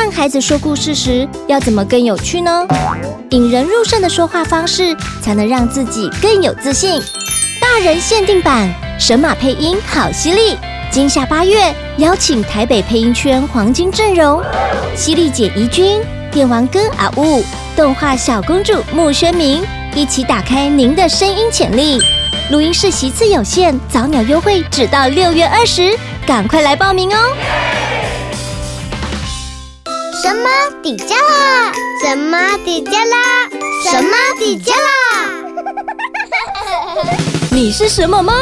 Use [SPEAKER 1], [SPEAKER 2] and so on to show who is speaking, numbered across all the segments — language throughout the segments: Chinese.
[SPEAKER 1] 跟孩子说故事时，要怎么更有趣呢？引人入胜的说话方式，才能让自己更有自信。大人限定版神马配音好犀利！今夏八月邀请台北配音圈黄金阵容：犀利姐怡君、电玩哥阿雾、动画小公主穆宣明，一起打开您的声音潜力。录音室席次有限，早鸟优惠只到六月二十，赶快来报名哦！
[SPEAKER 2] 什么底加啦？什么底加啦？什么底加啦？
[SPEAKER 1] 你是什么吗？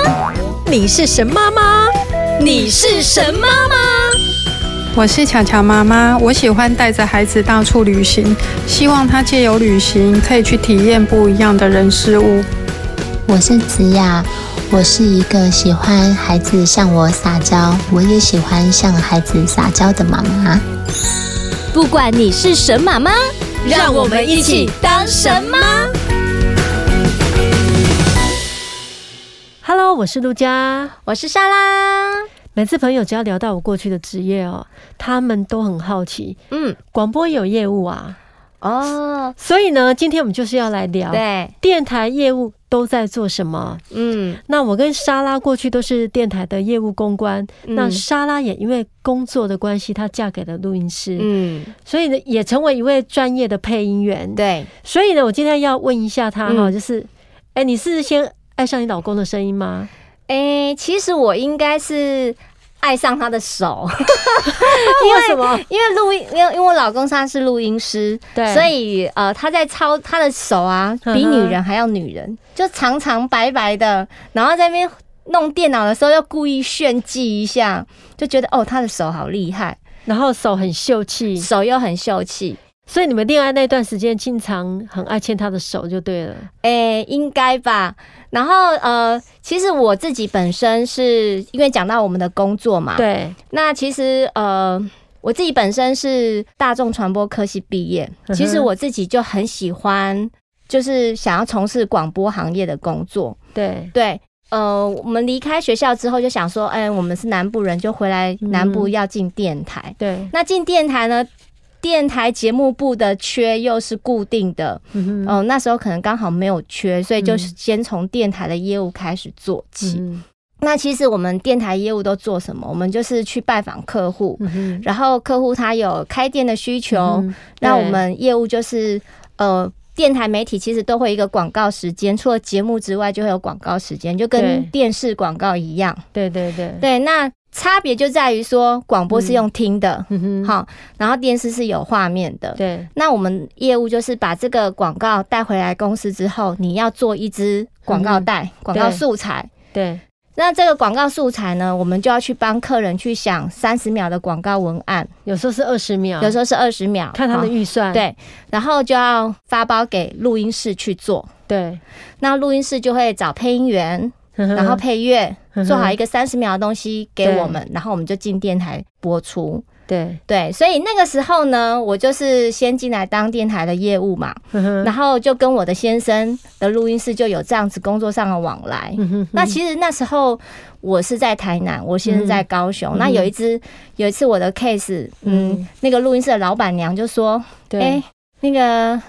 [SPEAKER 3] 你是神妈妈？你是神妈妈？
[SPEAKER 4] 我是巧巧妈妈，我喜欢带着孩子到处旅行，希望他借由旅行可以去体验不一样的人事物。
[SPEAKER 5] 我是子雅，我是一个喜欢孩子向我撒娇，我也喜欢向孩子撒娇的妈妈。
[SPEAKER 1] 不管你是神妈妈，
[SPEAKER 3] 让我们一起当神妈。
[SPEAKER 6] Hello，我是陆佳。
[SPEAKER 1] 我是莎拉。
[SPEAKER 6] 每次朋友只要聊到我过去的职业哦，他们都很好奇。
[SPEAKER 1] 嗯，
[SPEAKER 6] 广播也有业务啊，
[SPEAKER 1] 哦，
[SPEAKER 6] 所以呢，今天我们就是要来聊
[SPEAKER 1] 对，
[SPEAKER 6] 电台业务都在做什么。
[SPEAKER 1] 嗯，
[SPEAKER 6] 那我跟莎拉过去都是电台的业务公关，那
[SPEAKER 1] 嗯
[SPEAKER 6] 莎拉也因为工作的关系，她嫁给了录音师，
[SPEAKER 1] 嗯，
[SPEAKER 6] 所以呢，也成为一位专业的配音员。
[SPEAKER 1] 对，
[SPEAKER 6] 所以呢，我今天要问一下她哈，
[SPEAKER 1] 嗯
[SPEAKER 6] 就是，哎、你是先爱上你老公的声音吗？
[SPEAKER 1] 诶、其实我应该是爱上他的 手，
[SPEAKER 6] 因为什么？
[SPEAKER 1] 因为录音，因为因为我老公他是录音师，
[SPEAKER 6] 对
[SPEAKER 1] 所以呃，他在操他的手啊，
[SPEAKER 6] 嗯哼
[SPEAKER 1] 比女人还要女人，就长长白白的，然后在那边弄电脑的时候又故意炫技一下，就觉得哦，他的手好厉害，
[SPEAKER 6] 然后手很秀气，
[SPEAKER 1] 手又很秀气。
[SPEAKER 6] 所以你们恋爱那段时间，经常很爱牵他的手就对了。
[SPEAKER 1] 诶、应该吧。然后呃，其实我自己本身是因为讲到我们的工作嘛，
[SPEAKER 6] 对，
[SPEAKER 1] 那其实呃，我自己本身是大众传播科系毕业
[SPEAKER 6] 嗯，哼
[SPEAKER 1] 其实我自己就很喜欢，就是想要从事广播行业的工作。
[SPEAKER 6] 对，
[SPEAKER 1] 对，呃，我们离开学校之后就想说，哎，我们是南部人，就回来南部
[SPEAKER 6] 嗯
[SPEAKER 1] 要进电台。
[SPEAKER 6] 对，
[SPEAKER 1] 那进电台呢？电台节目部的缺又是固定的，
[SPEAKER 6] 嗯
[SPEAKER 1] 哦、那时候可能刚好没有缺，所以就
[SPEAKER 6] 嗯
[SPEAKER 1] 是先从电台的业务开始做起。
[SPEAKER 6] 嗯
[SPEAKER 1] 那其实我们电台业务都做什么？我们就是去拜访客户，
[SPEAKER 6] 嗯哼，
[SPEAKER 1] 然后客户他有开店的需求，
[SPEAKER 6] 嗯
[SPEAKER 1] 那
[SPEAKER 6] 对
[SPEAKER 1] 我们业务就是呃，电台媒体其实都会有一个广告时间，除了节目之外，就会有广告时间，就跟
[SPEAKER 6] 对
[SPEAKER 1] 电视广告一样。
[SPEAKER 6] 对对对，
[SPEAKER 1] 对，那差别就在于说广播是用听的，
[SPEAKER 6] 嗯哼，
[SPEAKER 1] 好、然后电视是有画面的。
[SPEAKER 6] 对，
[SPEAKER 1] 那我们业务就是把这个广告带回来公司之后，你要做一支广告带、广告
[SPEAKER 6] 对
[SPEAKER 1] 素材。
[SPEAKER 6] 对，
[SPEAKER 1] 那这个广告素材呢，我们就要去帮客人去想三十秒的广告文案。
[SPEAKER 6] 有时候是二十秒，
[SPEAKER 1] 有时候是二十秒，
[SPEAKER 6] 啊看他的
[SPEAKER 1] 好
[SPEAKER 6] 预算，
[SPEAKER 1] 对，然后就要发包给录音室去做。
[SPEAKER 6] 对，
[SPEAKER 1] 那录音室就会找配音员，
[SPEAKER 6] 然
[SPEAKER 1] 然后配乐，做好一个三十秒的东西给
[SPEAKER 6] 对
[SPEAKER 1] 我们，然后我们就进电台播出。
[SPEAKER 6] 对，
[SPEAKER 1] 对，所以那个时候呢，我就是先进来当电台的业务嘛，
[SPEAKER 6] 那
[SPEAKER 1] 然后就跟我的先生的录音室就有这样子工作上的往来。
[SPEAKER 6] 嗯
[SPEAKER 1] 那其实那时候我是在台南，我先生在高雄。那有一次，有一次我的 case，嗯，
[SPEAKER 6] 嗯
[SPEAKER 1] 那个录音室的老板娘就说：“哎、
[SPEAKER 6] 对
[SPEAKER 1] 那个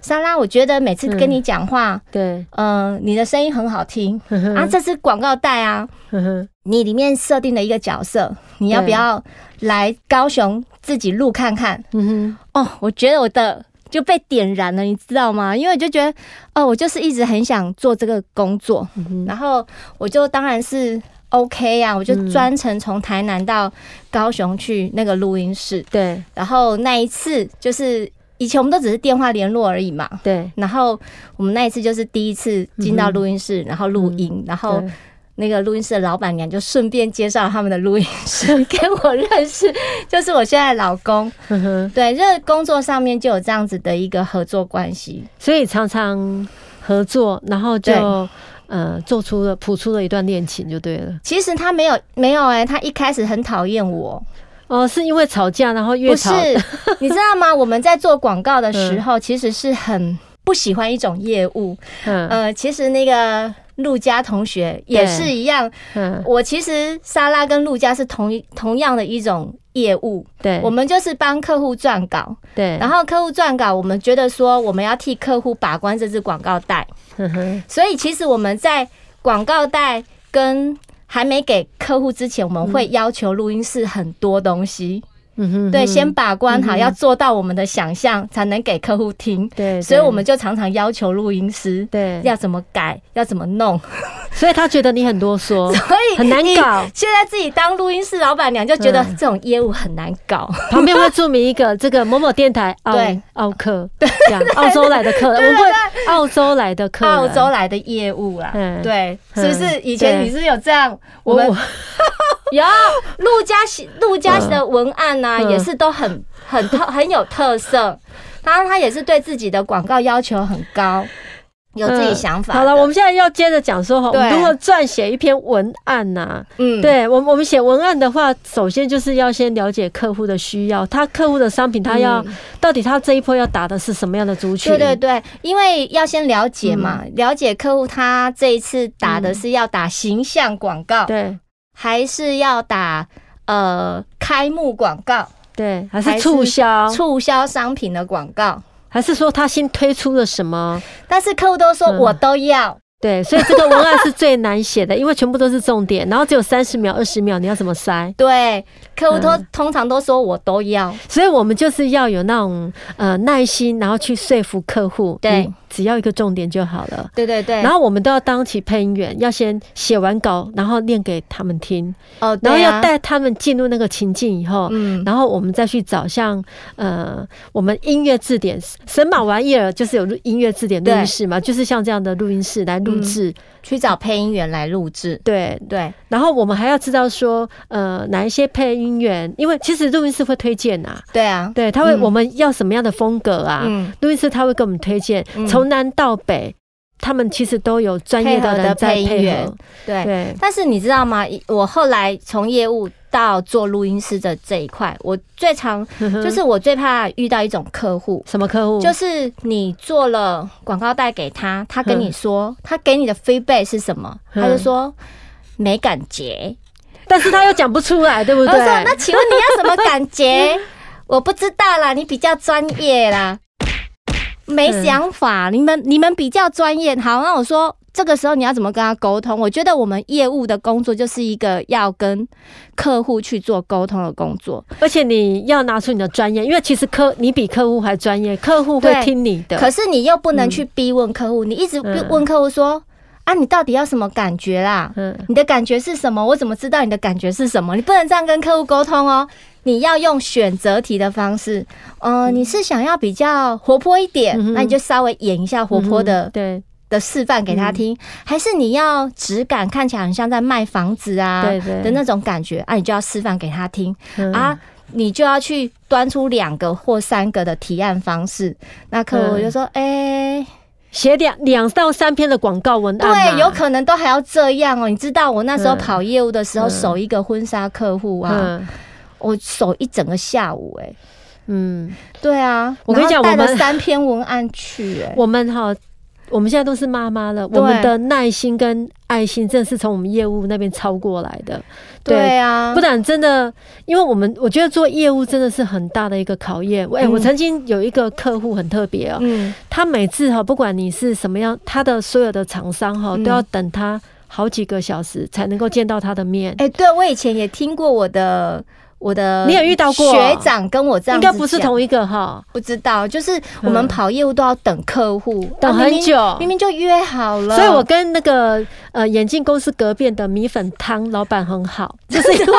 [SPEAKER 1] 莎拉，我觉得每次跟你讲话，
[SPEAKER 6] 对
[SPEAKER 1] 嗯、你的声音很好听啊，这是广告带啊，
[SPEAKER 6] 嗯哼
[SPEAKER 1] 你里面设定的一个角色，你要不
[SPEAKER 6] 对
[SPEAKER 1] 要来高雄自己录看看？
[SPEAKER 6] 嗯哼
[SPEAKER 1] 哦，我觉得我的。就被点燃了，你知道吗？因为我就觉得，哦，我就是一直很想做这个工作，
[SPEAKER 6] 嗯哼，
[SPEAKER 1] 然后我就当然是 OK 呀、啊，我就
[SPEAKER 6] 嗯
[SPEAKER 1] 专程从台南到高雄去那个录音室，
[SPEAKER 6] 对
[SPEAKER 1] 然后那一次就是以前我们都只是电话联络而已嘛，
[SPEAKER 6] 对
[SPEAKER 1] 然后我们那一次就是第一次进到录音室，然后录音，然后
[SPEAKER 6] 嗯对
[SPEAKER 1] 那个录音室的老板娘就顺便介绍他们的录音室给我认识， 就是我现在的老公。
[SPEAKER 6] 嗯哼，
[SPEAKER 1] 对，这个工作上面就有这样子的一个合作关系。
[SPEAKER 6] 所以常常合作，然后就
[SPEAKER 1] 对
[SPEAKER 6] 呃做出了谱出了一段恋情就对了。
[SPEAKER 1] 其实他没有没有哎、他一开始很讨厌我，
[SPEAKER 6] 哦，是因为吵架，然后越 嗯
[SPEAKER 1] 不
[SPEAKER 6] 吵
[SPEAKER 1] 是，你知道吗？我们在做广告的时候，其实是很不喜欢一种业务。
[SPEAKER 6] 嗯
[SPEAKER 1] 呃，其实那个陆家同学也
[SPEAKER 6] 对
[SPEAKER 1] 是一样，
[SPEAKER 6] 嗯，
[SPEAKER 1] 我其实莎拉跟陆家是同一同样的一种业务，
[SPEAKER 6] 对，
[SPEAKER 1] 我们就是帮客户撰稿，
[SPEAKER 6] 对，
[SPEAKER 1] 然后客户撰稿，我们觉得说我们要替客户把关这支广告带，
[SPEAKER 6] 嗯哼
[SPEAKER 1] 所以其实我们在广告带跟还没给客户之前，我们会要求录音室很多东西，
[SPEAKER 6] 嗯哼，
[SPEAKER 1] 对，
[SPEAKER 6] 嗯
[SPEAKER 1] 先把关好，要做到我们的想象，才能给客户听。
[SPEAKER 6] 对，
[SPEAKER 1] 所以
[SPEAKER 6] 对
[SPEAKER 1] 我们就常常要求录音师
[SPEAKER 6] 对，
[SPEAKER 1] 要怎么改，要怎么弄，
[SPEAKER 6] 所以他觉得你很啰 嗦，
[SPEAKER 1] 所以
[SPEAKER 6] 很难
[SPEAKER 1] 你
[SPEAKER 6] 搞。
[SPEAKER 1] 现在自己当录音室老板娘，就觉得
[SPEAKER 6] 嗯
[SPEAKER 1] 这种业务很难搞。
[SPEAKER 6] 旁边会注明一个这个某某电台奥
[SPEAKER 1] 对
[SPEAKER 6] 奥客，这样澳洲来的客，我们会澳洲来的客人，
[SPEAKER 1] 澳洲来的业务啦，
[SPEAKER 6] 嗯
[SPEAKER 1] 对，
[SPEAKER 6] 嗯
[SPEAKER 1] 是不是？以前
[SPEAKER 6] 对
[SPEAKER 1] 你是有这样，
[SPEAKER 6] 我
[SPEAKER 1] 我们
[SPEAKER 6] 我
[SPEAKER 1] 有陆家写陆家的文案呐、
[SPEAKER 6] 嗯
[SPEAKER 1] 也是都很很特很有特色。当然，他也是对自己的广告要求很高，有自己想法
[SPEAKER 6] 嗯
[SPEAKER 1] 的。
[SPEAKER 6] 好了，我们现在要接着讲说哈，我
[SPEAKER 1] 对
[SPEAKER 6] 们如何撰写一篇文案呐、
[SPEAKER 1] 嗯，
[SPEAKER 6] 对我们，我们写文案的话，首先就是要先了解客户的需要，他客户的商品，他要、到底他这一波要打的是什么样的族群？
[SPEAKER 1] 对嗯对对，因为要先了解嘛，
[SPEAKER 6] 嗯
[SPEAKER 1] 了解客户他这一次打的是要打形象广告，
[SPEAKER 6] 对
[SPEAKER 1] 还是要打呃开幕广告、
[SPEAKER 6] 对，还
[SPEAKER 1] 还
[SPEAKER 6] 是
[SPEAKER 1] 是
[SPEAKER 6] 促销，
[SPEAKER 1] 促销商品的广告。
[SPEAKER 6] 还是说他新推出了什么？
[SPEAKER 1] 但是客户都说
[SPEAKER 6] 嗯
[SPEAKER 1] 我都要，
[SPEAKER 6] 对，所以这个文案是最难写的，因为全部都是重点，然后只有三十秒、二十秒，你要怎么塞？
[SPEAKER 1] 对，客户都、
[SPEAKER 6] 嗯
[SPEAKER 1] 通常都说我都要，
[SPEAKER 6] 所以我们就是要有那种呃耐心，然后去说服客户，
[SPEAKER 1] 对，
[SPEAKER 6] 只要一个重点就好了。
[SPEAKER 1] 对对对，
[SPEAKER 6] 然后我们都要当起配音员，要先写完稿，然后念给他们听，
[SPEAKER 1] 哦，
[SPEAKER 6] 然后
[SPEAKER 1] 对啊
[SPEAKER 6] 要，带他们进入那个情境以后，
[SPEAKER 1] 嗯，
[SPEAKER 6] 然后我们再去找像呃，我们音乐字典神马玩意儿就是有录音乐字典录
[SPEAKER 1] 对嗯
[SPEAKER 6] 音室嘛，就是像这样的录音室来录制，
[SPEAKER 1] 去找配音员来录制，
[SPEAKER 6] 对。
[SPEAKER 1] 对，
[SPEAKER 6] 然后我们还要知道说，呃，哪一些配音员，因为其实录音室会推荐啊，
[SPEAKER 1] 对啊，
[SPEAKER 6] 对，他会、
[SPEAKER 1] 嗯
[SPEAKER 6] 我们要什么样的风格啊，
[SPEAKER 1] 嗯，
[SPEAKER 6] 录音师他会给我们推荐，
[SPEAKER 1] 嗯
[SPEAKER 6] 从南到北。他们其实都有专业的
[SPEAKER 1] 配合
[SPEAKER 6] 人
[SPEAKER 1] 的
[SPEAKER 6] 在
[SPEAKER 1] 配音
[SPEAKER 6] 配
[SPEAKER 1] 员
[SPEAKER 6] 合，
[SPEAKER 1] 对。
[SPEAKER 6] 对，
[SPEAKER 1] 但是你知道吗？我后来从业务到做录音师的这一块，我最常
[SPEAKER 6] 就
[SPEAKER 1] 就是我最怕遇到一种客户，
[SPEAKER 6] 什么客户？
[SPEAKER 1] 就是你做了广告带给他，他跟你说，他给你的 feedback 是什么？
[SPEAKER 6] 嗯
[SPEAKER 1] 他就说没感觉。
[SPEAKER 6] 但是他又讲不出来，对不
[SPEAKER 1] 我
[SPEAKER 6] 对
[SPEAKER 1] 就？说那请问你要什么 感觉？我不知道啦，你比较专业啦，没想法。
[SPEAKER 6] 嗯
[SPEAKER 1] 你们你们比较专业，好，那我说。这个时候你要怎么跟他沟通？我觉得我们业务的工作就是一个要跟客户去做沟通的工作。
[SPEAKER 6] 而且你要拿出你的专业，因为其实客你比客户还专业，客户会
[SPEAKER 1] 对
[SPEAKER 6] 听你的。
[SPEAKER 1] 可是你又不能去逼问客户，你一直逼
[SPEAKER 6] 嗯
[SPEAKER 1] 问客户说：“啊，你到底要什么感觉啦？
[SPEAKER 6] 嗯，
[SPEAKER 1] 你的感觉是什么？我怎么知道你的感觉是什么？”你不能这样跟客户沟通哦。你要用选择题的方式，呃，你是想要比较活泼一点，
[SPEAKER 6] 嗯嗯哼
[SPEAKER 1] 那你就稍微演一下活泼的、
[SPEAKER 6] 嗯对
[SPEAKER 1] 的示范给他听，还是你要质感看起来很像在卖房子啊
[SPEAKER 6] 对对
[SPEAKER 1] 的那种感觉，啊，你就要示范给他听。
[SPEAKER 6] 嗯
[SPEAKER 1] 啊，你就要去端出两个或三个的提案方式。那客
[SPEAKER 6] 嗯
[SPEAKER 1] 户就说：“哎、
[SPEAKER 6] 写两两到三篇的广告文案嘛，
[SPEAKER 1] 对，有可能都还要这样哦。”你知道我那时候
[SPEAKER 6] 嗯
[SPEAKER 1] 跑业务的时候，
[SPEAKER 6] 嗯
[SPEAKER 1] 守一个婚纱客户啊，
[SPEAKER 6] 嗯
[SPEAKER 1] 我守一整个下午、哎，
[SPEAKER 6] 嗯，
[SPEAKER 1] 对啊，
[SPEAKER 6] 我跟你讲
[SPEAKER 1] 然后带
[SPEAKER 6] 我们
[SPEAKER 1] 了三篇文案去、 哎，
[SPEAKER 6] 我们哈，我们现在都是妈妈了，
[SPEAKER 1] 对
[SPEAKER 6] 我们的耐心跟爱心真的是从我们业务那边超过来的。
[SPEAKER 1] 对啊，
[SPEAKER 6] 不然真的，因为我们我觉得做业务真的是很大的一个考验。哎、我
[SPEAKER 1] 嗯
[SPEAKER 6] 曾经有一个客户很特别哦，
[SPEAKER 1] 嗯，
[SPEAKER 6] 他每次哈，不管你是什么样，他的所有的厂商哈，
[SPEAKER 1] 嗯
[SPEAKER 6] 都要等他好几个小时才能够见到他的面。
[SPEAKER 1] 哎、对我以前也听过我的。我的
[SPEAKER 6] 你也遇到过
[SPEAKER 1] 学长跟我这样
[SPEAKER 6] 应
[SPEAKER 1] 子
[SPEAKER 6] 该
[SPEAKER 1] 讲，
[SPEAKER 6] 不是同一个哈，
[SPEAKER 1] 不知道，就是我们跑业务都要等客户，
[SPEAKER 6] 等
[SPEAKER 1] 啊
[SPEAKER 6] 很
[SPEAKER 1] 明明
[SPEAKER 6] 久
[SPEAKER 1] 明明就约好了，
[SPEAKER 6] 所以我跟那个呃眼镜公司隔壁的米粉汤老板很好， 就是因为因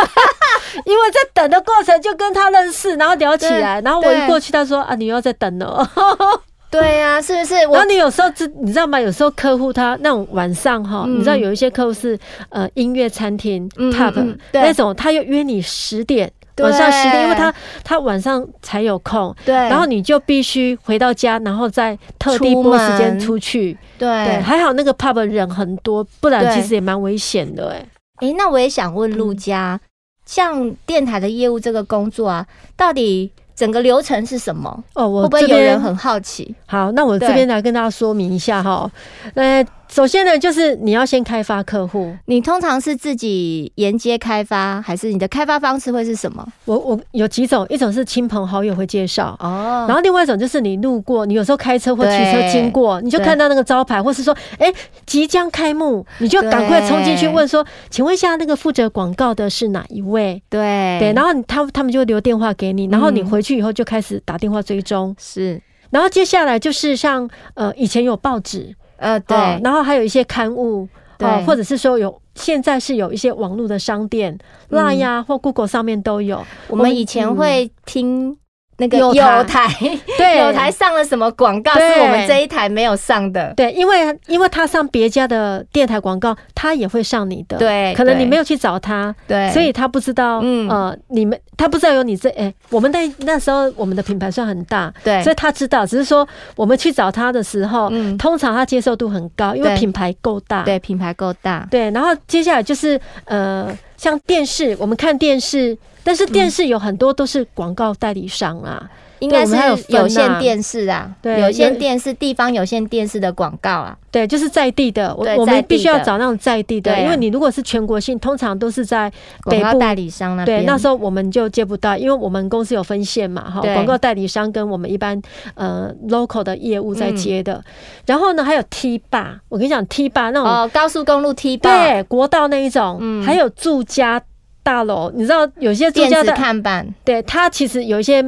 [SPEAKER 6] 为在等的过程就跟他认识，然后聊起来，然后我一
[SPEAKER 1] 对
[SPEAKER 6] 过去，他说啊你又在等了哦，
[SPEAKER 1] 对呀、是不是？
[SPEAKER 6] 然后
[SPEAKER 1] 我
[SPEAKER 6] 你有时候知你知道吗？有时候客户他那种晚上哈，
[SPEAKER 1] 嗯
[SPEAKER 6] 你知道有一些客户是呃音乐餐厅
[SPEAKER 1] 嗯
[SPEAKER 6] pub、
[SPEAKER 1] 嗯嗯对
[SPEAKER 6] 那种，他又约你十点。
[SPEAKER 1] 对
[SPEAKER 6] 晚上十点，因为他他晚上才有空，
[SPEAKER 1] 对，
[SPEAKER 6] 然后你就必须回到家，然后再特地拨时间出去。
[SPEAKER 1] 对，
[SPEAKER 6] 对，
[SPEAKER 1] 哎、
[SPEAKER 6] 还好那个 pub 人很多，不然
[SPEAKER 1] 对
[SPEAKER 6] 其实也蛮危险的、哎，嗯
[SPEAKER 1] 那我也想问陆家，像电台的业务这个工作啊，到底整个流程是什么？
[SPEAKER 6] 哦，
[SPEAKER 1] 会
[SPEAKER 6] 我
[SPEAKER 1] 不会
[SPEAKER 6] 这
[SPEAKER 1] 有人
[SPEAKER 6] 边
[SPEAKER 1] 很好奇？
[SPEAKER 6] 好，那我这
[SPEAKER 1] 对
[SPEAKER 6] 边来跟大家说明一下哈。呃，首先呢，就是你要先开发客户。
[SPEAKER 1] 你通常是自己沿接开发，还是你的开发方式会是什么？
[SPEAKER 6] 我我有几种，一种是亲朋好友会介绍。
[SPEAKER 1] 哦
[SPEAKER 6] 然后另外一种就是你路过，你有时候开车或骑车
[SPEAKER 1] 对
[SPEAKER 6] 经过，你就
[SPEAKER 1] 对
[SPEAKER 6] 看到那个招牌，或是说，哎，即将开幕，你就赶快冲进去
[SPEAKER 1] 对
[SPEAKER 6] 问说，请问一下那个负责广告的是哪一位？
[SPEAKER 1] 对
[SPEAKER 6] 对，然后你他他们就留电话给你，然后你
[SPEAKER 1] 嗯
[SPEAKER 6] 回去以后就开始打电话追踪，
[SPEAKER 1] 是
[SPEAKER 6] 然后接下来就是像呃以前有报纸，
[SPEAKER 1] 呃对、
[SPEAKER 6] 哦然后还有一些刊物，
[SPEAKER 1] 对
[SPEAKER 6] 哦或者是说有现在是有一些网络的商店
[SPEAKER 1] 嗯
[SPEAKER 6] ，Line 呀、或 Google 上面都 有，
[SPEAKER 1] 我们以前
[SPEAKER 6] 嗯
[SPEAKER 1] 会听那个
[SPEAKER 6] 有
[SPEAKER 1] 有
[SPEAKER 6] 台
[SPEAKER 1] 台，
[SPEAKER 6] 对
[SPEAKER 1] 有台上了什么广告是
[SPEAKER 6] 对
[SPEAKER 1] 我们这一台没有上的，
[SPEAKER 6] 对，因为因为他上别家的电台广告，他也会上你的，
[SPEAKER 1] 对
[SPEAKER 6] 可能
[SPEAKER 1] 对
[SPEAKER 6] 你没有去找他，
[SPEAKER 1] 对，
[SPEAKER 6] 所以他不知道，
[SPEAKER 1] 嗯
[SPEAKER 6] 呃，你们他不知道有你这，哎、我们那那时候我们的品牌算很大，
[SPEAKER 1] 对
[SPEAKER 6] 所以他知道，只是说我们去找他的时候，
[SPEAKER 1] 嗯
[SPEAKER 6] 通常他接受度很高，因为
[SPEAKER 1] 对
[SPEAKER 6] 品牌够大，
[SPEAKER 1] 对品牌够大，
[SPEAKER 6] 对，然后接下来就是呃，像电视，我们看电视，但是电视有很多都是广告代理商啊啦，
[SPEAKER 1] 应该
[SPEAKER 6] 我
[SPEAKER 1] 是
[SPEAKER 6] 们还有分啊
[SPEAKER 1] 有线电视啊，
[SPEAKER 6] 对
[SPEAKER 1] 有线
[SPEAKER 6] 有
[SPEAKER 1] 电视地方有线电视的广告啊，
[SPEAKER 6] 对，就是在地的，我
[SPEAKER 1] 对
[SPEAKER 6] 我
[SPEAKER 1] 在
[SPEAKER 6] 们
[SPEAKER 1] 地
[SPEAKER 6] 必须要
[SPEAKER 1] 的
[SPEAKER 6] 找那种在地的，
[SPEAKER 1] 对啊
[SPEAKER 6] 因为你如果是全国性，通常都是在
[SPEAKER 1] 广
[SPEAKER 6] 北
[SPEAKER 1] 告
[SPEAKER 6] 部。
[SPEAKER 1] 代理商那边，
[SPEAKER 6] 对，那时候我们就接不到，因为我们公司有分线嘛，哈，
[SPEAKER 1] 对
[SPEAKER 6] 广告代理商跟我们一般呃 local 的业务在接的。然后呢，还有 T 坝，我跟你讲 T 坝那种、
[SPEAKER 1] 嗯哦，高速公路 T 八
[SPEAKER 6] 对国道那一种，
[SPEAKER 1] 嗯
[SPEAKER 6] 还有住家大楼，你知道有些住
[SPEAKER 1] 电
[SPEAKER 6] 家
[SPEAKER 1] 子
[SPEAKER 6] 大
[SPEAKER 1] 看板，
[SPEAKER 6] 对它其实有一些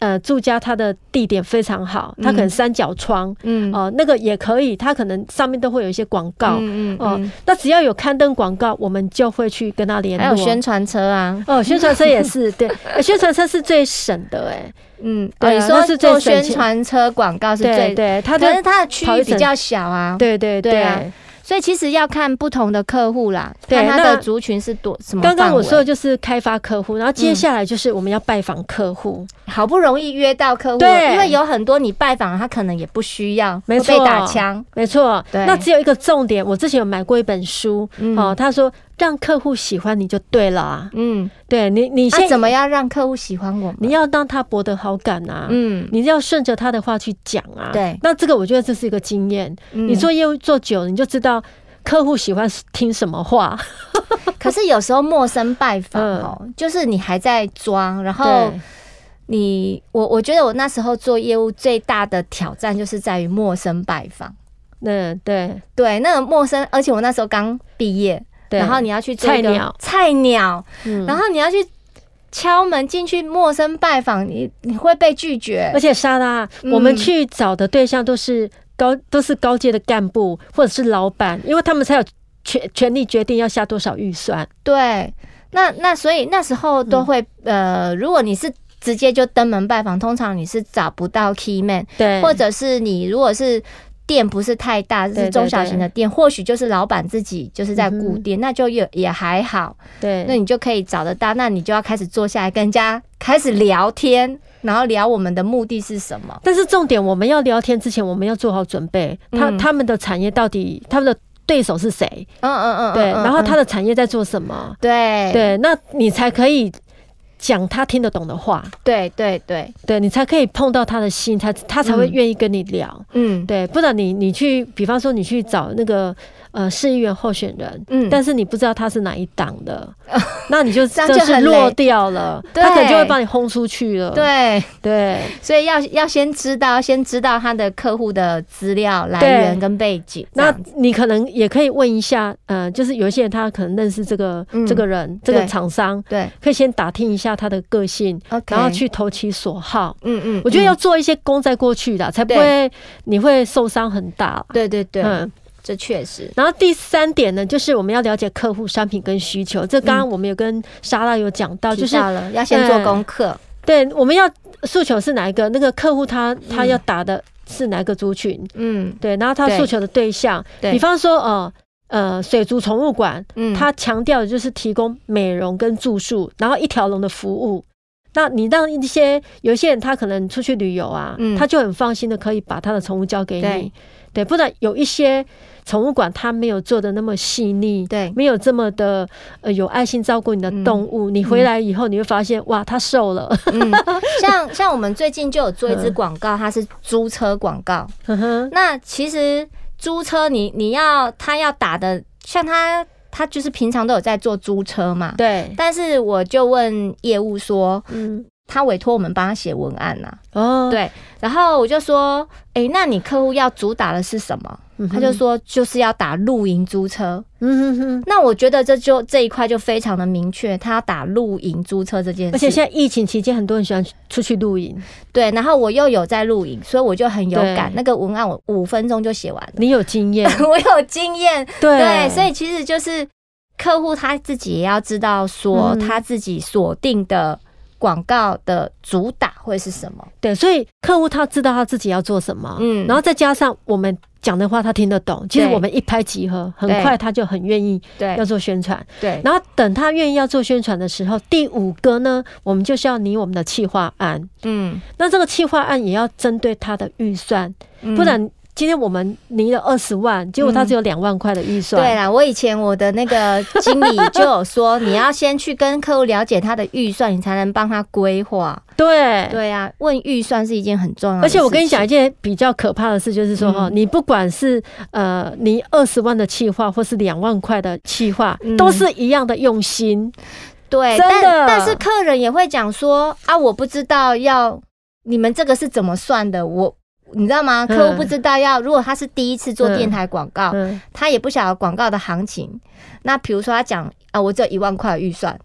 [SPEAKER 6] 呃住家，它的地点非常好，它可能
[SPEAKER 1] 嗯
[SPEAKER 6] 三角窗
[SPEAKER 1] 嗯，
[SPEAKER 6] 哦、呃那个也可以，它可能上面都会有一些广告。
[SPEAKER 1] 嗯嗯
[SPEAKER 6] 哦
[SPEAKER 1] 嗯，
[SPEAKER 6] 那只要有刊登广告，我们就会去跟他联
[SPEAKER 1] 还
[SPEAKER 6] 络。
[SPEAKER 1] 有宣传车啊，
[SPEAKER 6] 哦，宣传车也是对，呃宣传车是最省的哎、
[SPEAKER 1] 嗯，
[SPEAKER 6] 对
[SPEAKER 1] 哦
[SPEAKER 6] 啊
[SPEAKER 1] 你说
[SPEAKER 6] 那是最
[SPEAKER 1] 做
[SPEAKER 6] 省
[SPEAKER 1] 宣
[SPEAKER 6] 钱
[SPEAKER 1] 传车广告 是
[SPEAKER 6] 对
[SPEAKER 1] 最，
[SPEAKER 6] 对，它
[SPEAKER 1] 可是
[SPEAKER 6] 的
[SPEAKER 1] 它的区
[SPEAKER 6] 跑
[SPEAKER 1] 域
[SPEAKER 6] 一
[SPEAKER 1] 比
[SPEAKER 6] 整
[SPEAKER 1] 较小啊，
[SPEAKER 6] 对对
[SPEAKER 1] 对啊所以其实要看不同的客户啦，
[SPEAKER 6] 对
[SPEAKER 1] 看他的
[SPEAKER 6] 那
[SPEAKER 1] 族群是多什么范
[SPEAKER 6] 刚
[SPEAKER 1] 围。嗯
[SPEAKER 6] 刚我说的就是开发客户，然后接下来就是我们要拜访客户，
[SPEAKER 1] 好不容易约到客户了，
[SPEAKER 6] 对
[SPEAKER 1] 因为有很多你拜访他可能也不需要，
[SPEAKER 6] 没
[SPEAKER 1] 会被
[SPEAKER 6] 错
[SPEAKER 1] 打枪，
[SPEAKER 6] 没错。
[SPEAKER 1] 对
[SPEAKER 6] 那只有一个重点，我之前有买过一本书，
[SPEAKER 1] 嗯
[SPEAKER 6] 哦，他说让客户喜欢你就对了啊，
[SPEAKER 1] 嗯，
[SPEAKER 6] 对你你
[SPEAKER 1] 那、
[SPEAKER 6] 先、
[SPEAKER 1] 怎么样让客户喜欢我们？
[SPEAKER 6] 你要让他博得好感啊，
[SPEAKER 1] 嗯，
[SPEAKER 6] 你要顺着他的话去讲啊。
[SPEAKER 1] 对嗯
[SPEAKER 6] 那这个我觉得这是一个经验。你
[SPEAKER 1] 你
[SPEAKER 6] 做业务做久，了，你就知道客户喜欢听什么话。
[SPEAKER 1] 可是有时候陌生拜访
[SPEAKER 6] 嗯
[SPEAKER 1] 哦，就是你还在装， 然后
[SPEAKER 6] 对，
[SPEAKER 1] 你我我觉得我那时候做业务最大的挑战就是在于陌生拜访。
[SPEAKER 6] 那对
[SPEAKER 1] 对，那个陌生，而且我那时候刚毕业，
[SPEAKER 6] 对。
[SPEAKER 1] 然后你要去做
[SPEAKER 6] 菜
[SPEAKER 1] 一个
[SPEAKER 6] 鸟
[SPEAKER 1] 菜鸟，
[SPEAKER 6] 嗯
[SPEAKER 1] 然后你要去敲门进去陌生拜访，你你会被拒绝
[SPEAKER 6] 而。且莎拉，
[SPEAKER 1] 嗯
[SPEAKER 6] 我们去找的对象都是高都是高阶的干部或者是老板，因为他们才有权权力决定要下多少预算。
[SPEAKER 1] 对，那那所以那时候
[SPEAKER 6] 嗯
[SPEAKER 1] 都会、呃，如果你是直接就登门拜访，通常你是找不到 key man，
[SPEAKER 6] 对，
[SPEAKER 1] 或者是你如果是。店不是太大，
[SPEAKER 6] 对
[SPEAKER 1] 是
[SPEAKER 6] 对嗯
[SPEAKER 1] 中小型的店，或许就是老板自己就是在顾店，那就也也还好，
[SPEAKER 6] 对，
[SPEAKER 1] 那你就可以找得到，那你就要开始坐下来跟人家开始聊天，然后聊我们的目的是什么。
[SPEAKER 6] 但是重点，我们要聊天之前，我们要做好准备。他
[SPEAKER 1] 嗯
[SPEAKER 6] 他们的产业到底，他们的对手是谁？
[SPEAKER 1] 嗯嗯嗯，嗯
[SPEAKER 6] 对，
[SPEAKER 1] 嗯
[SPEAKER 6] 然后
[SPEAKER 1] 嗯
[SPEAKER 6] 他的产业在做什么？
[SPEAKER 1] 对
[SPEAKER 6] 对，那你才可以讲他听得懂的话，
[SPEAKER 1] 对对对，
[SPEAKER 6] 对你才可以碰到他的心，他他才会
[SPEAKER 1] 嗯
[SPEAKER 6] 愿意跟你聊。
[SPEAKER 1] 嗯
[SPEAKER 6] 对，不然你你去，比方说你去找那个呃市议员候选人，
[SPEAKER 1] 嗯
[SPEAKER 6] 但是你不知道他是哪一党 的，那你就
[SPEAKER 1] 这样
[SPEAKER 6] 真
[SPEAKER 1] 就
[SPEAKER 6] 的是
[SPEAKER 1] 很
[SPEAKER 6] 落
[SPEAKER 1] 累
[SPEAKER 6] 掉了，
[SPEAKER 1] 对
[SPEAKER 6] 他可能就会把你轰出去了。
[SPEAKER 1] 对，
[SPEAKER 6] 对
[SPEAKER 1] 所以要要先知道，先知道他的客户的资料来源跟背景。
[SPEAKER 6] 那
[SPEAKER 1] 这样子
[SPEAKER 6] 你可能也可以问一下，呃，就是有一些人他可能认识这个、
[SPEAKER 1] 嗯
[SPEAKER 6] 这个人，这个
[SPEAKER 1] 对
[SPEAKER 6] 厂商，
[SPEAKER 1] 对
[SPEAKER 6] 可以先打听一下他的个性，
[SPEAKER 1] ，OK，
[SPEAKER 6] 然后，去投其所好。
[SPEAKER 1] 嗯嗯，
[SPEAKER 6] 我觉得
[SPEAKER 1] 嗯
[SPEAKER 6] 要做一些功在过去的，才不
[SPEAKER 1] 对
[SPEAKER 6] 会你会受伤很大。
[SPEAKER 1] 对对对，
[SPEAKER 6] 嗯，
[SPEAKER 1] 这确实，
[SPEAKER 6] 然后第三点呢，就是我们要了解客户商品跟需求。这刚刚我们有跟莎拉有讲哦到，就
[SPEAKER 1] 提
[SPEAKER 6] 是
[SPEAKER 1] 到了要先做
[SPEAKER 6] 嗯
[SPEAKER 1] 功课。
[SPEAKER 6] 对我们要诉求是哪一个，那个客户他他要打的是哪个族群，
[SPEAKER 1] 嗯
[SPEAKER 6] 对，然后他
[SPEAKER 1] 对
[SPEAKER 6] 诉求的对象，
[SPEAKER 1] 对
[SPEAKER 6] 比方说呃呃水族宠物馆，
[SPEAKER 1] 嗯，
[SPEAKER 6] 它强调的就是提供美容跟住宿，然后一条龙的服务。那你让一些有一些人他可能出去旅游啊，
[SPEAKER 1] 嗯
[SPEAKER 6] 他就很放心的可以把他的宠物交给你，
[SPEAKER 1] 对
[SPEAKER 6] 对不然有一些宠物馆他没有做的那么细腻，
[SPEAKER 1] 对
[SPEAKER 6] 没有这么的呃有爱心照顾你的动物，你回来以后你会发现哇，它瘦了，
[SPEAKER 1] 嗯，像像我们最近就有做一
[SPEAKER 6] 嗯
[SPEAKER 1] 支广告，它是租车广告。
[SPEAKER 6] 呵 呵
[SPEAKER 1] 那其实租车你你要他要打的，像他他就是平常都有在做租车嘛。
[SPEAKER 6] 对，
[SPEAKER 1] 但是我就问业务说，
[SPEAKER 6] 嗯，
[SPEAKER 1] 他委托我们帮他写文案呐、啊
[SPEAKER 6] 哦，
[SPEAKER 1] 对，然后我就说，诶，那你客户要主打的是什么？
[SPEAKER 6] 嗯哼
[SPEAKER 1] 他就说就是要打露营租车。
[SPEAKER 6] 嗯哼哼。
[SPEAKER 1] 那我觉得这就这一块就非常的明确，他要打露营租车这件事。
[SPEAKER 6] 而且现在疫情期间，很多人喜欢出去露营，
[SPEAKER 1] 对，然后我又有在录影，所以我就很有
[SPEAKER 6] 对
[SPEAKER 1] 感。那个文案我五分钟就写完了，
[SPEAKER 6] 你有经验，
[SPEAKER 1] 我有经验。
[SPEAKER 6] 对
[SPEAKER 1] 对，所以其实就是客户他自己也要知道说
[SPEAKER 6] 嗯
[SPEAKER 1] 他自己锁定的广告的主打会是什么。
[SPEAKER 6] 对，所以客户他知道他自己要做什么，
[SPEAKER 1] 嗯
[SPEAKER 6] 然后再加上我们讲的话他听得懂，其实我们一拍即合，很
[SPEAKER 1] 对
[SPEAKER 6] 快他就很愿意
[SPEAKER 1] 对
[SPEAKER 6] 要做宣传。
[SPEAKER 1] 对，
[SPEAKER 6] 然后等他愿意要做宣传的时候，第五个呢，我们就是要拟我们的企划案，
[SPEAKER 1] 嗯，
[SPEAKER 6] 那这个企划案也要针对他的预算，
[SPEAKER 1] 嗯
[SPEAKER 6] 不然今天我们拟了二十万，结果他只有两万块的预算，
[SPEAKER 1] 对啦，我以前我的那个 经理就有说，你要先去跟客户了解他的预算，你才能帮他规划。
[SPEAKER 6] 对
[SPEAKER 1] 对啊，问预算是一件很重要的
[SPEAKER 6] 而
[SPEAKER 1] 事情。
[SPEAKER 6] 且我跟你讲一件比较可怕的事，就是说
[SPEAKER 1] 嗯
[SPEAKER 6] 哈、你不管是呃你二十万的气划，或是两万块的气划，
[SPEAKER 1] 嗯
[SPEAKER 6] 都是一样的用心。
[SPEAKER 1] 对，
[SPEAKER 6] 真
[SPEAKER 1] 但
[SPEAKER 6] 的
[SPEAKER 1] 但是客人也会讲说啊，我不知道要你们这个是怎么算的，我你知道吗？客户不知道要，如果他是第一次做电台广告，
[SPEAKER 6] 嗯，
[SPEAKER 1] 他也不晓得广告的行情。那比如说他讲啊，我只有一万块的预算，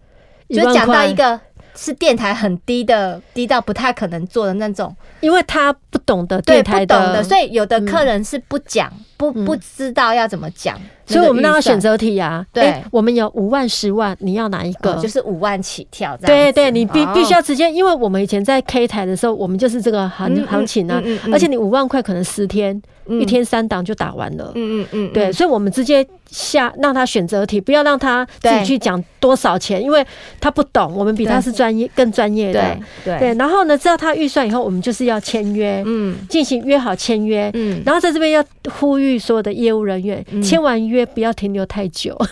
[SPEAKER 1] 就
[SPEAKER 6] 1万
[SPEAKER 1] 讲到
[SPEAKER 6] 块
[SPEAKER 1] 一，个是电台很低的，低到不太可能做的那种，
[SPEAKER 6] 因为他不懂得
[SPEAKER 1] 对，
[SPEAKER 6] 电
[SPEAKER 1] 不
[SPEAKER 6] 台
[SPEAKER 1] 懂的，所
[SPEAKER 6] 以
[SPEAKER 1] 以有的客人是不讲，不
[SPEAKER 6] 嗯
[SPEAKER 1] 不知道要怎么讲，
[SPEAKER 6] 所以我们
[SPEAKER 1] 那
[SPEAKER 6] 让
[SPEAKER 1] 个
[SPEAKER 6] 他
[SPEAKER 1] 预算
[SPEAKER 6] 选择题啊，
[SPEAKER 1] 对
[SPEAKER 6] 诶我们有五万、十万，你要哪一个？
[SPEAKER 1] 哦就是五万起跳这样
[SPEAKER 6] 对
[SPEAKER 1] 子。
[SPEAKER 6] 对，你必
[SPEAKER 1] 哦
[SPEAKER 6] 必须要直接，因为我们以前在 K 台的时候，我们就是这个
[SPEAKER 1] 嗯
[SPEAKER 6] 行
[SPEAKER 1] 嗯
[SPEAKER 6] 行情啊
[SPEAKER 1] 嗯嗯嗯，
[SPEAKER 6] 而且你五万块可能十天，
[SPEAKER 1] 嗯
[SPEAKER 6] 一天三档就打完了。
[SPEAKER 1] 嗯嗯嗯，嗯
[SPEAKER 6] 对，所以我们直接下让他选择题，不要让他自
[SPEAKER 1] 对
[SPEAKER 6] 己去讲多少钱，因为他不懂，我们比他
[SPEAKER 1] 对
[SPEAKER 6] 是专业更专业的
[SPEAKER 1] 对。对
[SPEAKER 6] 对，然后呢，知道他预算以后，我们就是要签约，
[SPEAKER 1] 嗯
[SPEAKER 6] 进行约好签约。
[SPEAKER 1] 嗯，
[SPEAKER 6] 然后在这边要呼吁所有的业务人员，签完约不要停留太久。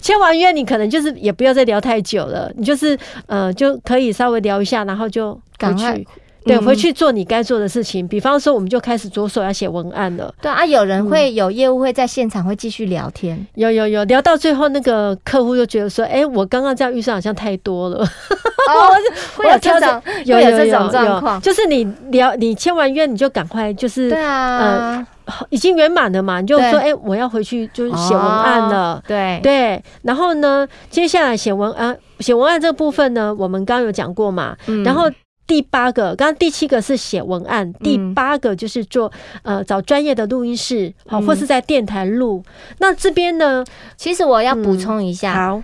[SPEAKER 6] 签完约，你可能就是也不要再聊太久了，你就是呃就可以稍微聊一下，然后就回
[SPEAKER 1] 赶快
[SPEAKER 6] 去，对，
[SPEAKER 1] 嗯
[SPEAKER 6] 回去做你该做的事情。比方说，我们就开始着手要写文案了。
[SPEAKER 1] 对啊，有人会有业务会在现场会继续聊 天，
[SPEAKER 6] 有有有，聊到最后，那个客户就觉得说：“哎、我刚刚这样预算好像太多 了。
[SPEAKER 1] 哦，会有
[SPEAKER 6] 挑
[SPEAKER 1] 这
[SPEAKER 6] 战
[SPEAKER 1] 种会有这
[SPEAKER 6] 有
[SPEAKER 1] 种状况，
[SPEAKER 6] 就是你聊，你签完约你就赶快，就是、
[SPEAKER 1] 对啊，
[SPEAKER 6] 已经圆满了嘛，你就
[SPEAKER 1] 对哦
[SPEAKER 6] 说：哎、我要回去就是写文案了。
[SPEAKER 1] 对
[SPEAKER 6] 对，然后呢，接下来写文案，写文案这部分呢，我们刚刚有讲过嘛。
[SPEAKER 1] 嗯
[SPEAKER 6] 然后第八个，刚刚第七个是写文案，第八个就是做呃找专业的录音室，
[SPEAKER 1] 嗯
[SPEAKER 6] 好、或是在电台录。那这边呢，
[SPEAKER 1] 其实我要补充一下，
[SPEAKER 6] 好，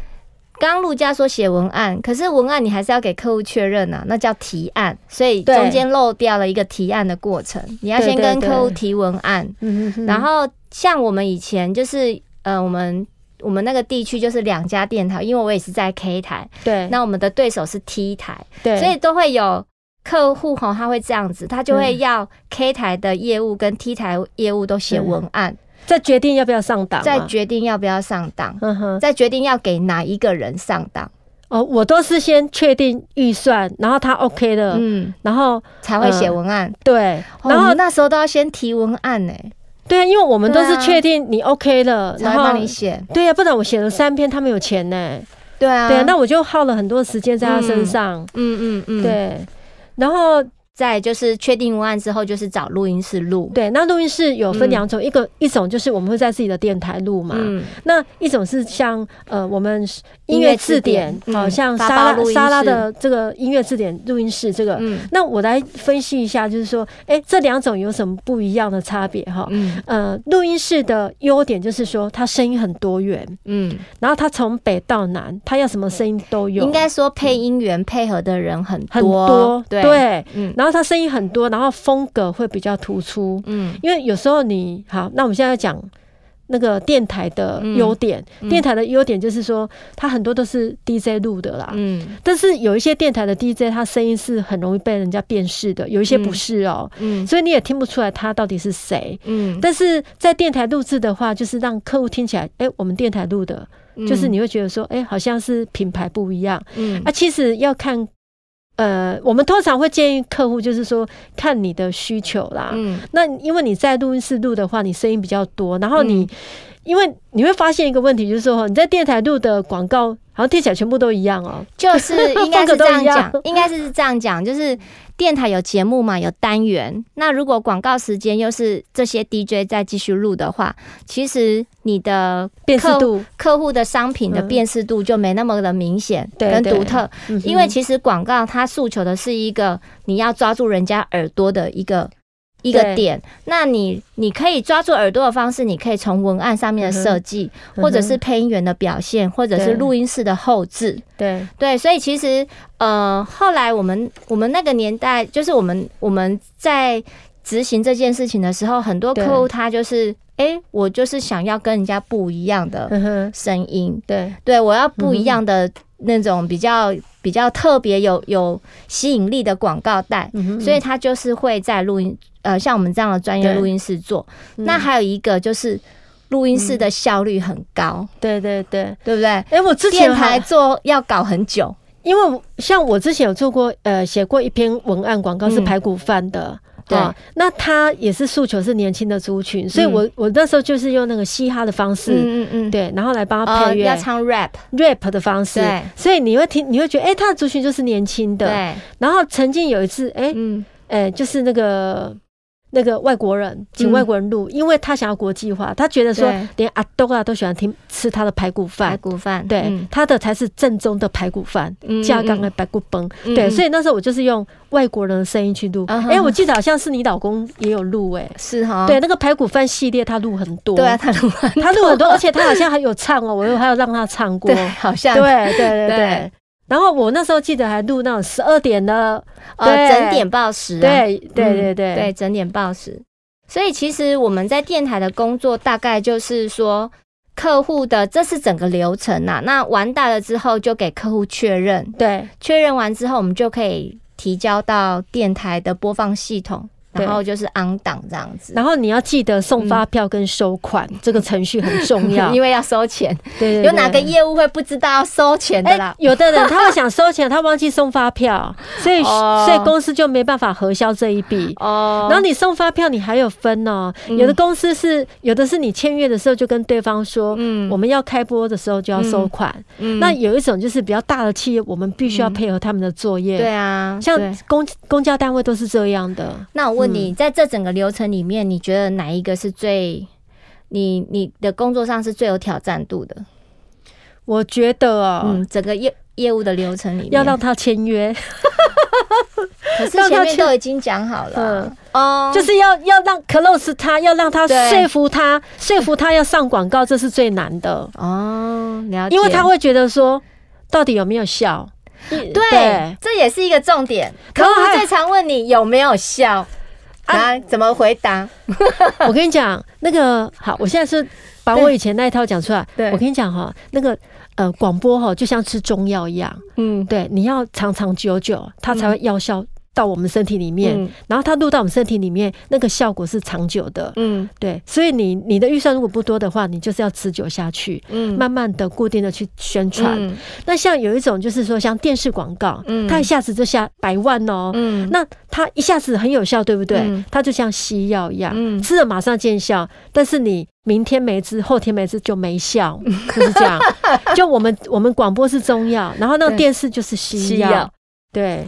[SPEAKER 1] 刚刚陆家说写文案，可是文案你还是要给客户确认啊，那叫提案，所以
[SPEAKER 6] 对
[SPEAKER 1] 中间漏掉了一个提案的过程，你要
[SPEAKER 6] 对
[SPEAKER 1] 先
[SPEAKER 6] 对
[SPEAKER 1] 跟
[SPEAKER 6] 对
[SPEAKER 1] 客户提文案，
[SPEAKER 6] 嗯哼哼
[SPEAKER 1] 然后像我们以前就是呃我们。我们那个地区就是两家电台，因为我也是在 K 台，
[SPEAKER 6] 对，
[SPEAKER 1] 那我们的对手是 T 台，
[SPEAKER 6] 对，
[SPEAKER 1] 所以都会有客户吼，他会这样子，他就会要 K 台的业务跟 T 台业务都写文案，
[SPEAKER 6] 再决定要不要上档、啊，
[SPEAKER 1] 再决定要不要上档，
[SPEAKER 6] 嗯哼，
[SPEAKER 1] 再决定要给哪一个人上档，
[SPEAKER 6] 哦，我都是先确定预算，然后他 OK 了，
[SPEAKER 1] 嗯，哦
[SPEAKER 6] 然后
[SPEAKER 1] 才会写文案。
[SPEAKER 6] 对，
[SPEAKER 1] 然
[SPEAKER 6] 嗯然
[SPEAKER 1] 后
[SPEAKER 6] 后、
[SPEAKER 1] 那时候都要先提文案呢、
[SPEAKER 6] 对，因为我们都是
[SPEAKER 1] 对啊
[SPEAKER 6] 确定你 OK 了，
[SPEAKER 1] 才
[SPEAKER 6] 然
[SPEAKER 1] 会
[SPEAKER 6] 后
[SPEAKER 1] 帮你写。
[SPEAKER 6] 对啊呀、不然我写了三篇，他没有钱呢。
[SPEAKER 1] 对啊，
[SPEAKER 6] 对，那我就耗了很多时间在他身上。
[SPEAKER 1] 嗯嗯嗯，。
[SPEAKER 6] 对，然后
[SPEAKER 1] 再就是确定文案之后，就是找录音室录。
[SPEAKER 6] 对，那录音室有分两种，一个一种就是我们会在自己的电台录嘛，
[SPEAKER 1] 嗯，
[SPEAKER 6] 那一种是像呃我们
[SPEAKER 1] 音
[SPEAKER 6] 音
[SPEAKER 1] 乐
[SPEAKER 6] 乐
[SPEAKER 1] 字
[SPEAKER 6] 字
[SPEAKER 1] 典
[SPEAKER 6] 典，好、
[SPEAKER 1] 嗯
[SPEAKER 6] 像
[SPEAKER 1] 发
[SPEAKER 6] 莎
[SPEAKER 1] 包录
[SPEAKER 6] 拉
[SPEAKER 1] 音
[SPEAKER 6] 莎拉
[SPEAKER 1] 室
[SPEAKER 6] 的这个音乐字典录音室这个，
[SPEAKER 1] 嗯
[SPEAKER 6] 那我来分析一下，就是说，哎、这两种有什么不一样的差别哈？
[SPEAKER 1] 嗯
[SPEAKER 6] 呃，录音室的优点就是说，它声音很多元，
[SPEAKER 1] 嗯，
[SPEAKER 6] 然后它从北到南，它要什么声音都有，
[SPEAKER 1] 应该说配音员配合的人很
[SPEAKER 6] 很多
[SPEAKER 1] 对，嗯
[SPEAKER 6] 然后它声音很多，然后风格会比较突出，
[SPEAKER 1] 嗯
[SPEAKER 6] 因为有时候你好，那我们现在讲那个电台的
[SPEAKER 7] 嗯
[SPEAKER 6] 优点，电台的优点就是说，它很多都是 DJ 录的啦，
[SPEAKER 7] 嗯
[SPEAKER 6] 但是有一些电台的 DJ，他声音是很容易被人家辨识的，有一些不是哦，
[SPEAKER 7] 嗯
[SPEAKER 6] 所以你也听不出来他到底是谁。
[SPEAKER 7] 嗯，
[SPEAKER 6] 但是在电台录制的话，就是让客户听起来，哎、我们电台录的，就是你会觉得说，哎、好像是品牌不一样。
[SPEAKER 7] 嗯
[SPEAKER 6] 啊，其实要看，呃，我们通常会建议客户就是说，看你的需求啦。
[SPEAKER 7] 嗯
[SPEAKER 6] 那因为你在录音室录的话，你声音比较多，然后你、
[SPEAKER 1] 嗯
[SPEAKER 6] 因为你会发现一个问题，就是说你在电台录的广告好像听起来全部都一样哦、
[SPEAKER 1] 就是应 该
[SPEAKER 6] 风格
[SPEAKER 1] 是
[SPEAKER 6] 都
[SPEAKER 1] 这样
[SPEAKER 6] 一样
[SPEAKER 1] 讲， 应该是这样讲，就是电台有节目嘛，有单元。那如果广告时间又是这些 DJ 在继续录的话，其实你的
[SPEAKER 6] 辨识
[SPEAKER 1] 客
[SPEAKER 6] 度。嗯
[SPEAKER 1] 客户的商品的辨识度就没那么的明显
[SPEAKER 6] 对
[SPEAKER 1] 跟
[SPEAKER 6] 对
[SPEAKER 1] 独特，
[SPEAKER 6] 嗯哼
[SPEAKER 1] 因为其实广告它诉求的是一个你要抓住人家耳朵的一个。一个
[SPEAKER 6] 对
[SPEAKER 1] 点，那你你可以抓住耳朵的方式，你可以从文案上面的设计，
[SPEAKER 6] 嗯哼
[SPEAKER 1] 或者是配音员的表现，或者
[SPEAKER 6] 对
[SPEAKER 1] 是录音室的后置，
[SPEAKER 6] 对
[SPEAKER 1] 对，所以其实呃，后来我们我们那个年代，就是我们我们在执行这件事情的时候，很多客户
[SPEAKER 6] 对
[SPEAKER 1] 他就是，哎、我就是想要跟人家不一样的
[SPEAKER 6] 嗯哼，
[SPEAKER 1] 声音，
[SPEAKER 6] 对
[SPEAKER 1] 对我要不一样
[SPEAKER 6] 嗯
[SPEAKER 1] 的那种比较比较特别有有吸引力的广告带，
[SPEAKER 6] 嗯
[SPEAKER 1] 所以他就是会在录音呃，像我们这样的专业
[SPEAKER 6] 对
[SPEAKER 1] 录音室做。
[SPEAKER 6] 嗯
[SPEAKER 1] 那还有一个就是录音室的效率很高，
[SPEAKER 6] 对对对。
[SPEAKER 1] 对不对？
[SPEAKER 6] 哎、我嗯之前
[SPEAKER 1] 电台
[SPEAKER 6] 还
[SPEAKER 1] 做要搞很久。
[SPEAKER 6] 因为我像我之前有做过，呃，写过一篇文案广告是排骨饭的。
[SPEAKER 1] 嗯对
[SPEAKER 6] 啊那他也是诉求是年轻的族群，所以
[SPEAKER 1] 嗯
[SPEAKER 6] 我我那时候就是用那个嘻哈的方式，
[SPEAKER 1] 嗯嗯嗯，
[SPEAKER 6] 对，然后来帮他
[SPEAKER 1] 呃，
[SPEAKER 6] 配乐、啊
[SPEAKER 1] 要唱 rap，
[SPEAKER 6] rap 的方式
[SPEAKER 1] 对，
[SPEAKER 6] 所以你会听，你会觉得，哎、他的族群就是年轻的。
[SPEAKER 1] 对，
[SPEAKER 6] 然后曾经有一次，哎、
[SPEAKER 1] 嗯
[SPEAKER 6] 哎、就是那个那个外国人，请
[SPEAKER 1] 嗯
[SPEAKER 6] 外国人录，因为他想要国际化，他觉得说
[SPEAKER 1] 对
[SPEAKER 6] 连阿东啊都喜欢听吃他的排骨饭
[SPEAKER 1] 排，骨饭，
[SPEAKER 6] 对，
[SPEAKER 1] 嗯
[SPEAKER 6] 他的才是正宗的排骨饭，
[SPEAKER 1] 嗯
[SPEAKER 6] 加杠的排骨崩。对，所以那时候我就是用外国人的声音去录。
[SPEAKER 1] 嗯哼
[SPEAKER 6] 哎，我记得好像是你老公也有录，哎，
[SPEAKER 1] 是哈，
[SPEAKER 6] 对，那个排骨饭系列他录很多，
[SPEAKER 1] 对啊，他录完，
[SPEAKER 6] 他录很多，而且他好像还有唱哦，我有还有让他唱过，
[SPEAKER 1] 对，
[SPEAKER 6] 对
[SPEAKER 1] 好像
[SPEAKER 6] 对对 对
[SPEAKER 1] 对。
[SPEAKER 6] 然后我那时候记得还录那种十二点的，对
[SPEAKER 1] 呃整点报时啊，
[SPEAKER 6] 对对
[SPEAKER 1] 嗯
[SPEAKER 6] 对对
[SPEAKER 1] 对，整点报时。所以其实我们在电台的工作大概就是说，客户的这是整个流程呐、那完蛋了之后就给客户确认，
[SPEAKER 6] 对
[SPEAKER 1] 确认完之后我们就可以提交到电台的播放系统，
[SPEAKER 6] 对
[SPEAKER 1] 然后就是 on 档这样子。
[SPEAKER 6] 然后你要记得送发票跟收款这个程序很重要，
[SPEAKER 1] 嗯 因
[SPEAKER 6] 为
[SPEAKER 1] 为要收钱，
[SPEAKER 6] 对对
[SPEAKER 1] 有哪
[SPEAKER 6] 对
[SPEAKER 1] 个业务会不知道要收钱的
[SPEAKER 6] 哎，
[SPEAKER 1] 啦？
[SPEAKER 6] 有的人他们想收钱，他忘记送发票，所以、
[SPEAKER 1] 哦
[SPEAKER 6] 所以公司就没办法核销这一笔。
[SPEAKER 1] 哦嗯
[SPEAKER 6] 然后你送发票，你还有分哦。有的公司是，有的是你签约的时候就跟对方说，
[SPEAKER 1] 嗯
[SPEAKER 6] 我们要开播的时候就要收款。
[SPEAKER 1] 嗯
[SPEAKER 6] 那有一种就是比较大的企业，我们必须要配合他们的作业。
[SPEAKER 1] 对啊，
[SPEAKER 6] 像
[SPEAKER 1] 对
[SPEAKER 6] 公公家单位都是这样的。
[SPEAKER 1] 那我问你，
[SPEAKER 6] 嗯
[SPEAKER 1] 在这整个流程里面，你觉得哪一个是最你你的工作上是最有挑战度的？
[SPEAKER 6] 我觉得哦，
[SPEAKER 1] 嗯，整个业业务的流程里面，
[SPEAKER 6] 要让他签约，
[SPEAKER 1] 可是
[SPEAKER 6] 让他
[SPEAKER 1] 前面
[SPEAKER 6] 去
[SPEAKER 1] 都已经讲好了啊，
[SPEAKER 6] 嗯，
[SPEAKER 1] 哦，
[SPEAKER 6] 就是要要让 close 他，要让他
[SPEAKER 1] 对
[SPEAKER 6] 说服他，说服他要上广告，这是最难的。
[SPEAKER 1] 哦，了解，
[SPEAKER 6] 因为他会觉得说，到底有没有效？
[SPEAKER 1] 对
[SPEAKER 6] 对，
[SPEAKER 1] 这也是一个重点。客
[SPEAKER 6] 然后
[SPEAKER 1] 户
[SPEAKER 6] 还
[SPEAKER 1] 最常问你有没有笑，啊，怎么回答？
[SPEAKER 6] 我跟你讲，那个好，我现在是把我以前那一套讲出来。
[SPEAKER 1] 对
[SPEAKER 6] 我跟你讲哈，那个呃，广播哈，就像吃中药一样，
[SPEAKER 1] 嗯，
[SPEAKER 6] 对，你要长长久久，它才会药效到我们身体里面，
[SPEAKER 1] 嗯
[SPEAKER 6] 然后它入到我们身体里面，那个效果是长久的。
[SPEAKER 1] 嗯
[SPEAKER 6] 对，所以你你的预算如果不多的话，你就是要持久下去，
[SPEAKER 1] 嗯
[SPEAKER 6] 慢慢的、固定的去宣传。
[SPEAKER 1] 嗯
[SPEAKER 6] 那像有一种就是说，像电视广告，
[SPEAKER 1] 嗯
[SPEAKER 6] 它一下子就下百万哦，
[SPEAKER 1] 嗯
[SPEAKER 6] 那它一下子很有效，对不对？
[SPEAKER 1] 嗯
[SPEAKER 6] 它就像西药一样，
[SPEAKER 1] 嗯
[SPEAKER 6] 吃了马上见效，但是你明天没吃，后天没吃就没 效，就是这样。就我们我们广播是中药，然后那个
[SPEAKER 1] 对
[SPEAKER 6] 电视就是西
[SPEAKER 1] 西
[SPEAKER 6] 药
[SPEAKER 1] 药，
[SPEAKER 6] 对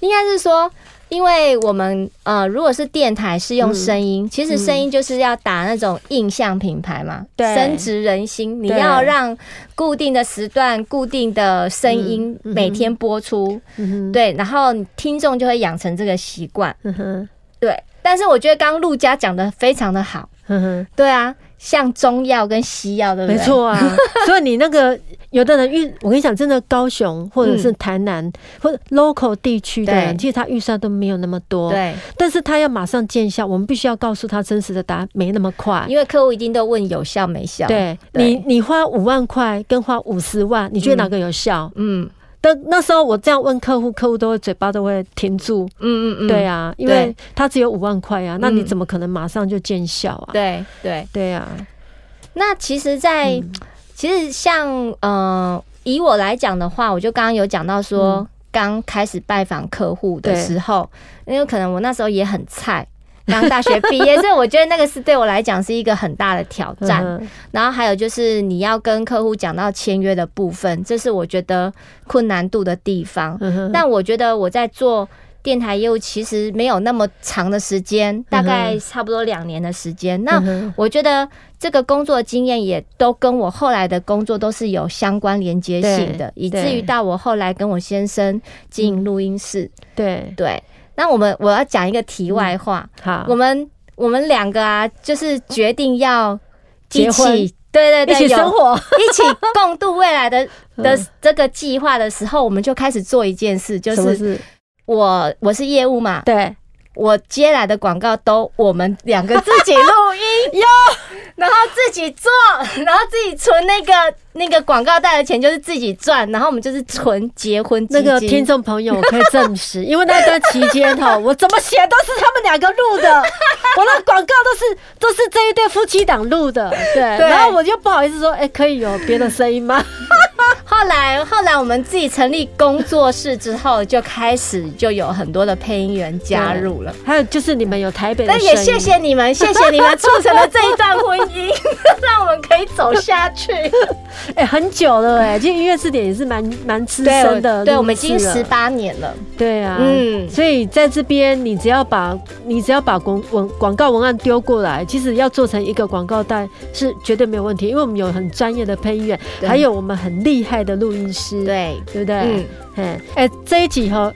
[SPEAKER 1] 应该是说，因为我们呃，如果是电台是用声音，
[SPEAKER 6] 嗯
[SPEAKER 1] 其实声音就是要打那种印象品牌嘛，
[SPEAKER 6] 对
[SPEAKER 1] 深植人心。你
[SPEAKER 6] 对
[SPEAKER 1] 要让固定的时段、固定的声音
[SPEAKER 6] 嗯嗯哼
[SPEAKER 1] 每天播出，
[SPEAKER 6] 嗯哼，
[SPEAKER 1] 对，然后听众就会养成这个习惯，
[SPEAKER 6] 嗯哼，
[SPEAKER 1] 对。但是我觉得刚刚陆家讲的非常的好，
[SPEAKER 6] 嗯哼，
[SPEAKER 1] 对啊，像中药跟西药，对不对？
[SPEAKER 6] 没，错 啊，所以你那个有的人预，我跟你讲，真的高雄或者是台南、或者 local 地区的人，
[SPEAKER 1] 嗯对
[SPEAKER 6] 其实他预算都没有那么多，
[SPEAKER 1] 对，
[SPEAKER 6] 但是他要马上见效，我们必须要告诉他真实的答案，没那么快。
[SPEAKER 1] 因为客户一定都问有效没效。，
[SPEAKER 6] 对
[SPEAKER 1] 对
[SPEAKER 6] 你，你花五万块跟花五十万，你觉得哪个有效？
[SPEAKER 1] 嗯
[SPEAKER 6] 但那时候我这样问客户，客户都会嘴巴都会停住。
[SPEAKER 1] 嗯嗯嗯，
[SPEAKER 6] 对啊，因为他只有五万块啊，那你
[SPEAKER 1] 嗯
[SPEAKER 6] 怎么可能马上就见效啊？
[SPEAKER 1] 对对。
[SPEAKER 6] 对啊，
[SPEAKER 1] 那其实在，
[SPEAKER 6] 嗯
[SPEAKER 1] 其实像呃，以我来讲的话，我就刚刚有讲到说，
[SPEAKER 6] 嗯
[SPEAKER 1] 刚开始拜访客户的时候，因为可能我那时候也很菜。刚大学毕业， 所以我觉得那个是对我来讲是一个很大的挑战。
[SPEAKER 6] 嗯
[SPEAKER 1] 然后还有就是你要跟客户讲到签约的部分，这是我觉得困难度的地方。
[SPEAKER 6] 嗯哼
[SPEAKER 1] 但我觉得我在做电台业务其实没有那么长的时间，大概差不多两年的时间。那
[SPEAKER 6] 嗯哼
[SPEAKER 1] 我觉得这个工作经验也都跟我后来的工作都是有相关连接性的，
[SPEAKER 6] 对
[SPEAKER 1] 以至于到我后来跟我先生经营录音室。
[SPEAKER 6] 嗯对，
[SPEAKER 1] 对，那我们我要讲一个题外话，
[SPEAKER 6] 嗯好，
[SPEAKER 1] 我们我们两个啊，就是决定要
[SPEAKER 6] 结
[SPEAKER 1] 一
[SPEAKER 6] 婚
[SPEAKER 1] 起，对对
[SPEAKER 6] 一
[SPEAKER 1] 对，
[SPEAKER 6] 起生
[SPEAKER 1] 有
[SPEAKER 6] 活，
[SPEAKER 1] 一起共度未 来的的
[SPEAKER 6] 嗯
[SPEAKER 1] 这个计划的时候，我们就开始做一件事，就
[SPEAKER 6] 什么
[SPEAKER 1] 是
[SPEAKER 6] 事？
[SPEAKER 1] 我我是业务嘛，
[SPEAKER 6] 对，
[SPEAKER 1] 我接来的广告都我们两个自己录 音哟，然后自己做， 然后自己存那个那个广告带的钱就是自己赚，然后我们就是存结婚基
[SPEAKER 6] 那
[SPEAKER 1] 金。
[SPEAKER 6] 个听众朋友，我可以证实， 因为那段期间哈，我怎么写都是他们两个录 的，我那广告都是都是这一对夫妻档录的，对，
[SPEAKER 1] 对
[SPEAKER 6] 然后我就不好意思说，哎、可以有别的声音吗？
[SPEAKER 1] 后来后来我们自己成立工作室之后，就开始就有很多的配音员加入了。
[SPEAKER 6] 还有就是你们有台北的
[SPEAKER 1] 但
[SPEAKER 6] 声音，
[SPEAKER 1] 也谢谢你们，谢谢你们促成了这一段婚姻， 让我们可以走下去。
[SPEAKER 6] 哎、很久了哎、其实音乐字典也是蛮蛮资
[SPEAKER 1] 对
[SPEAKER 6] 深的啊
[SPEAKER 1] 我，对我们已经
[SPEAKER 6] 录制了
[SPEAKER 1] 十八年了。
[SPEAKER 6] 对啊，嗯，
[SPEAKER 1] 嗯
[SPEAKER 6] 所以在这边，你只要把你只要把广文广告文案丢过来，其实要做成一个广告带是绝对没有问题，因为我们有很专业的配音员，
[SPEAKER 1] 对
[SPEAKER 6] 还有我们很厉害的录音师，
[SPEAKER 1] 对，
[SPEAKER 6] 对不对？嗯
[SPEAKER 1] 嗯，
[SPEAKER 6] 哎、这一集哈，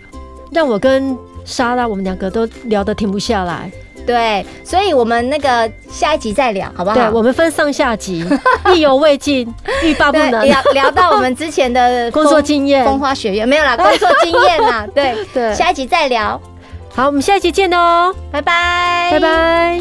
[SPEAKER 6] 让我跟莎拉我们两个都聊得停不下来，
[SPEAKER 1] 对，所以我们那个下一集再聊，好不好？
[SPEAKER 6] 对我们分上下 集，意犹未尽，欲罢不
[SPEAKER 1] 对哎
[SPEAKER 6] 能，
[SPEAKER 1] 聊聊到我们之前的
[SPEAKER 6] 工作经验
[SPEAKER 1] 风风花雪月没有啦，工作经验 啦，对，
[SPEAKER 6] 对，
[SPEAKER 1] 下一集再聊，
[SPEAKER 6] 好，我们下一集见哦，
[SPEAKER 1] 拜拜，
[SPEAKER 6] 拜。拜。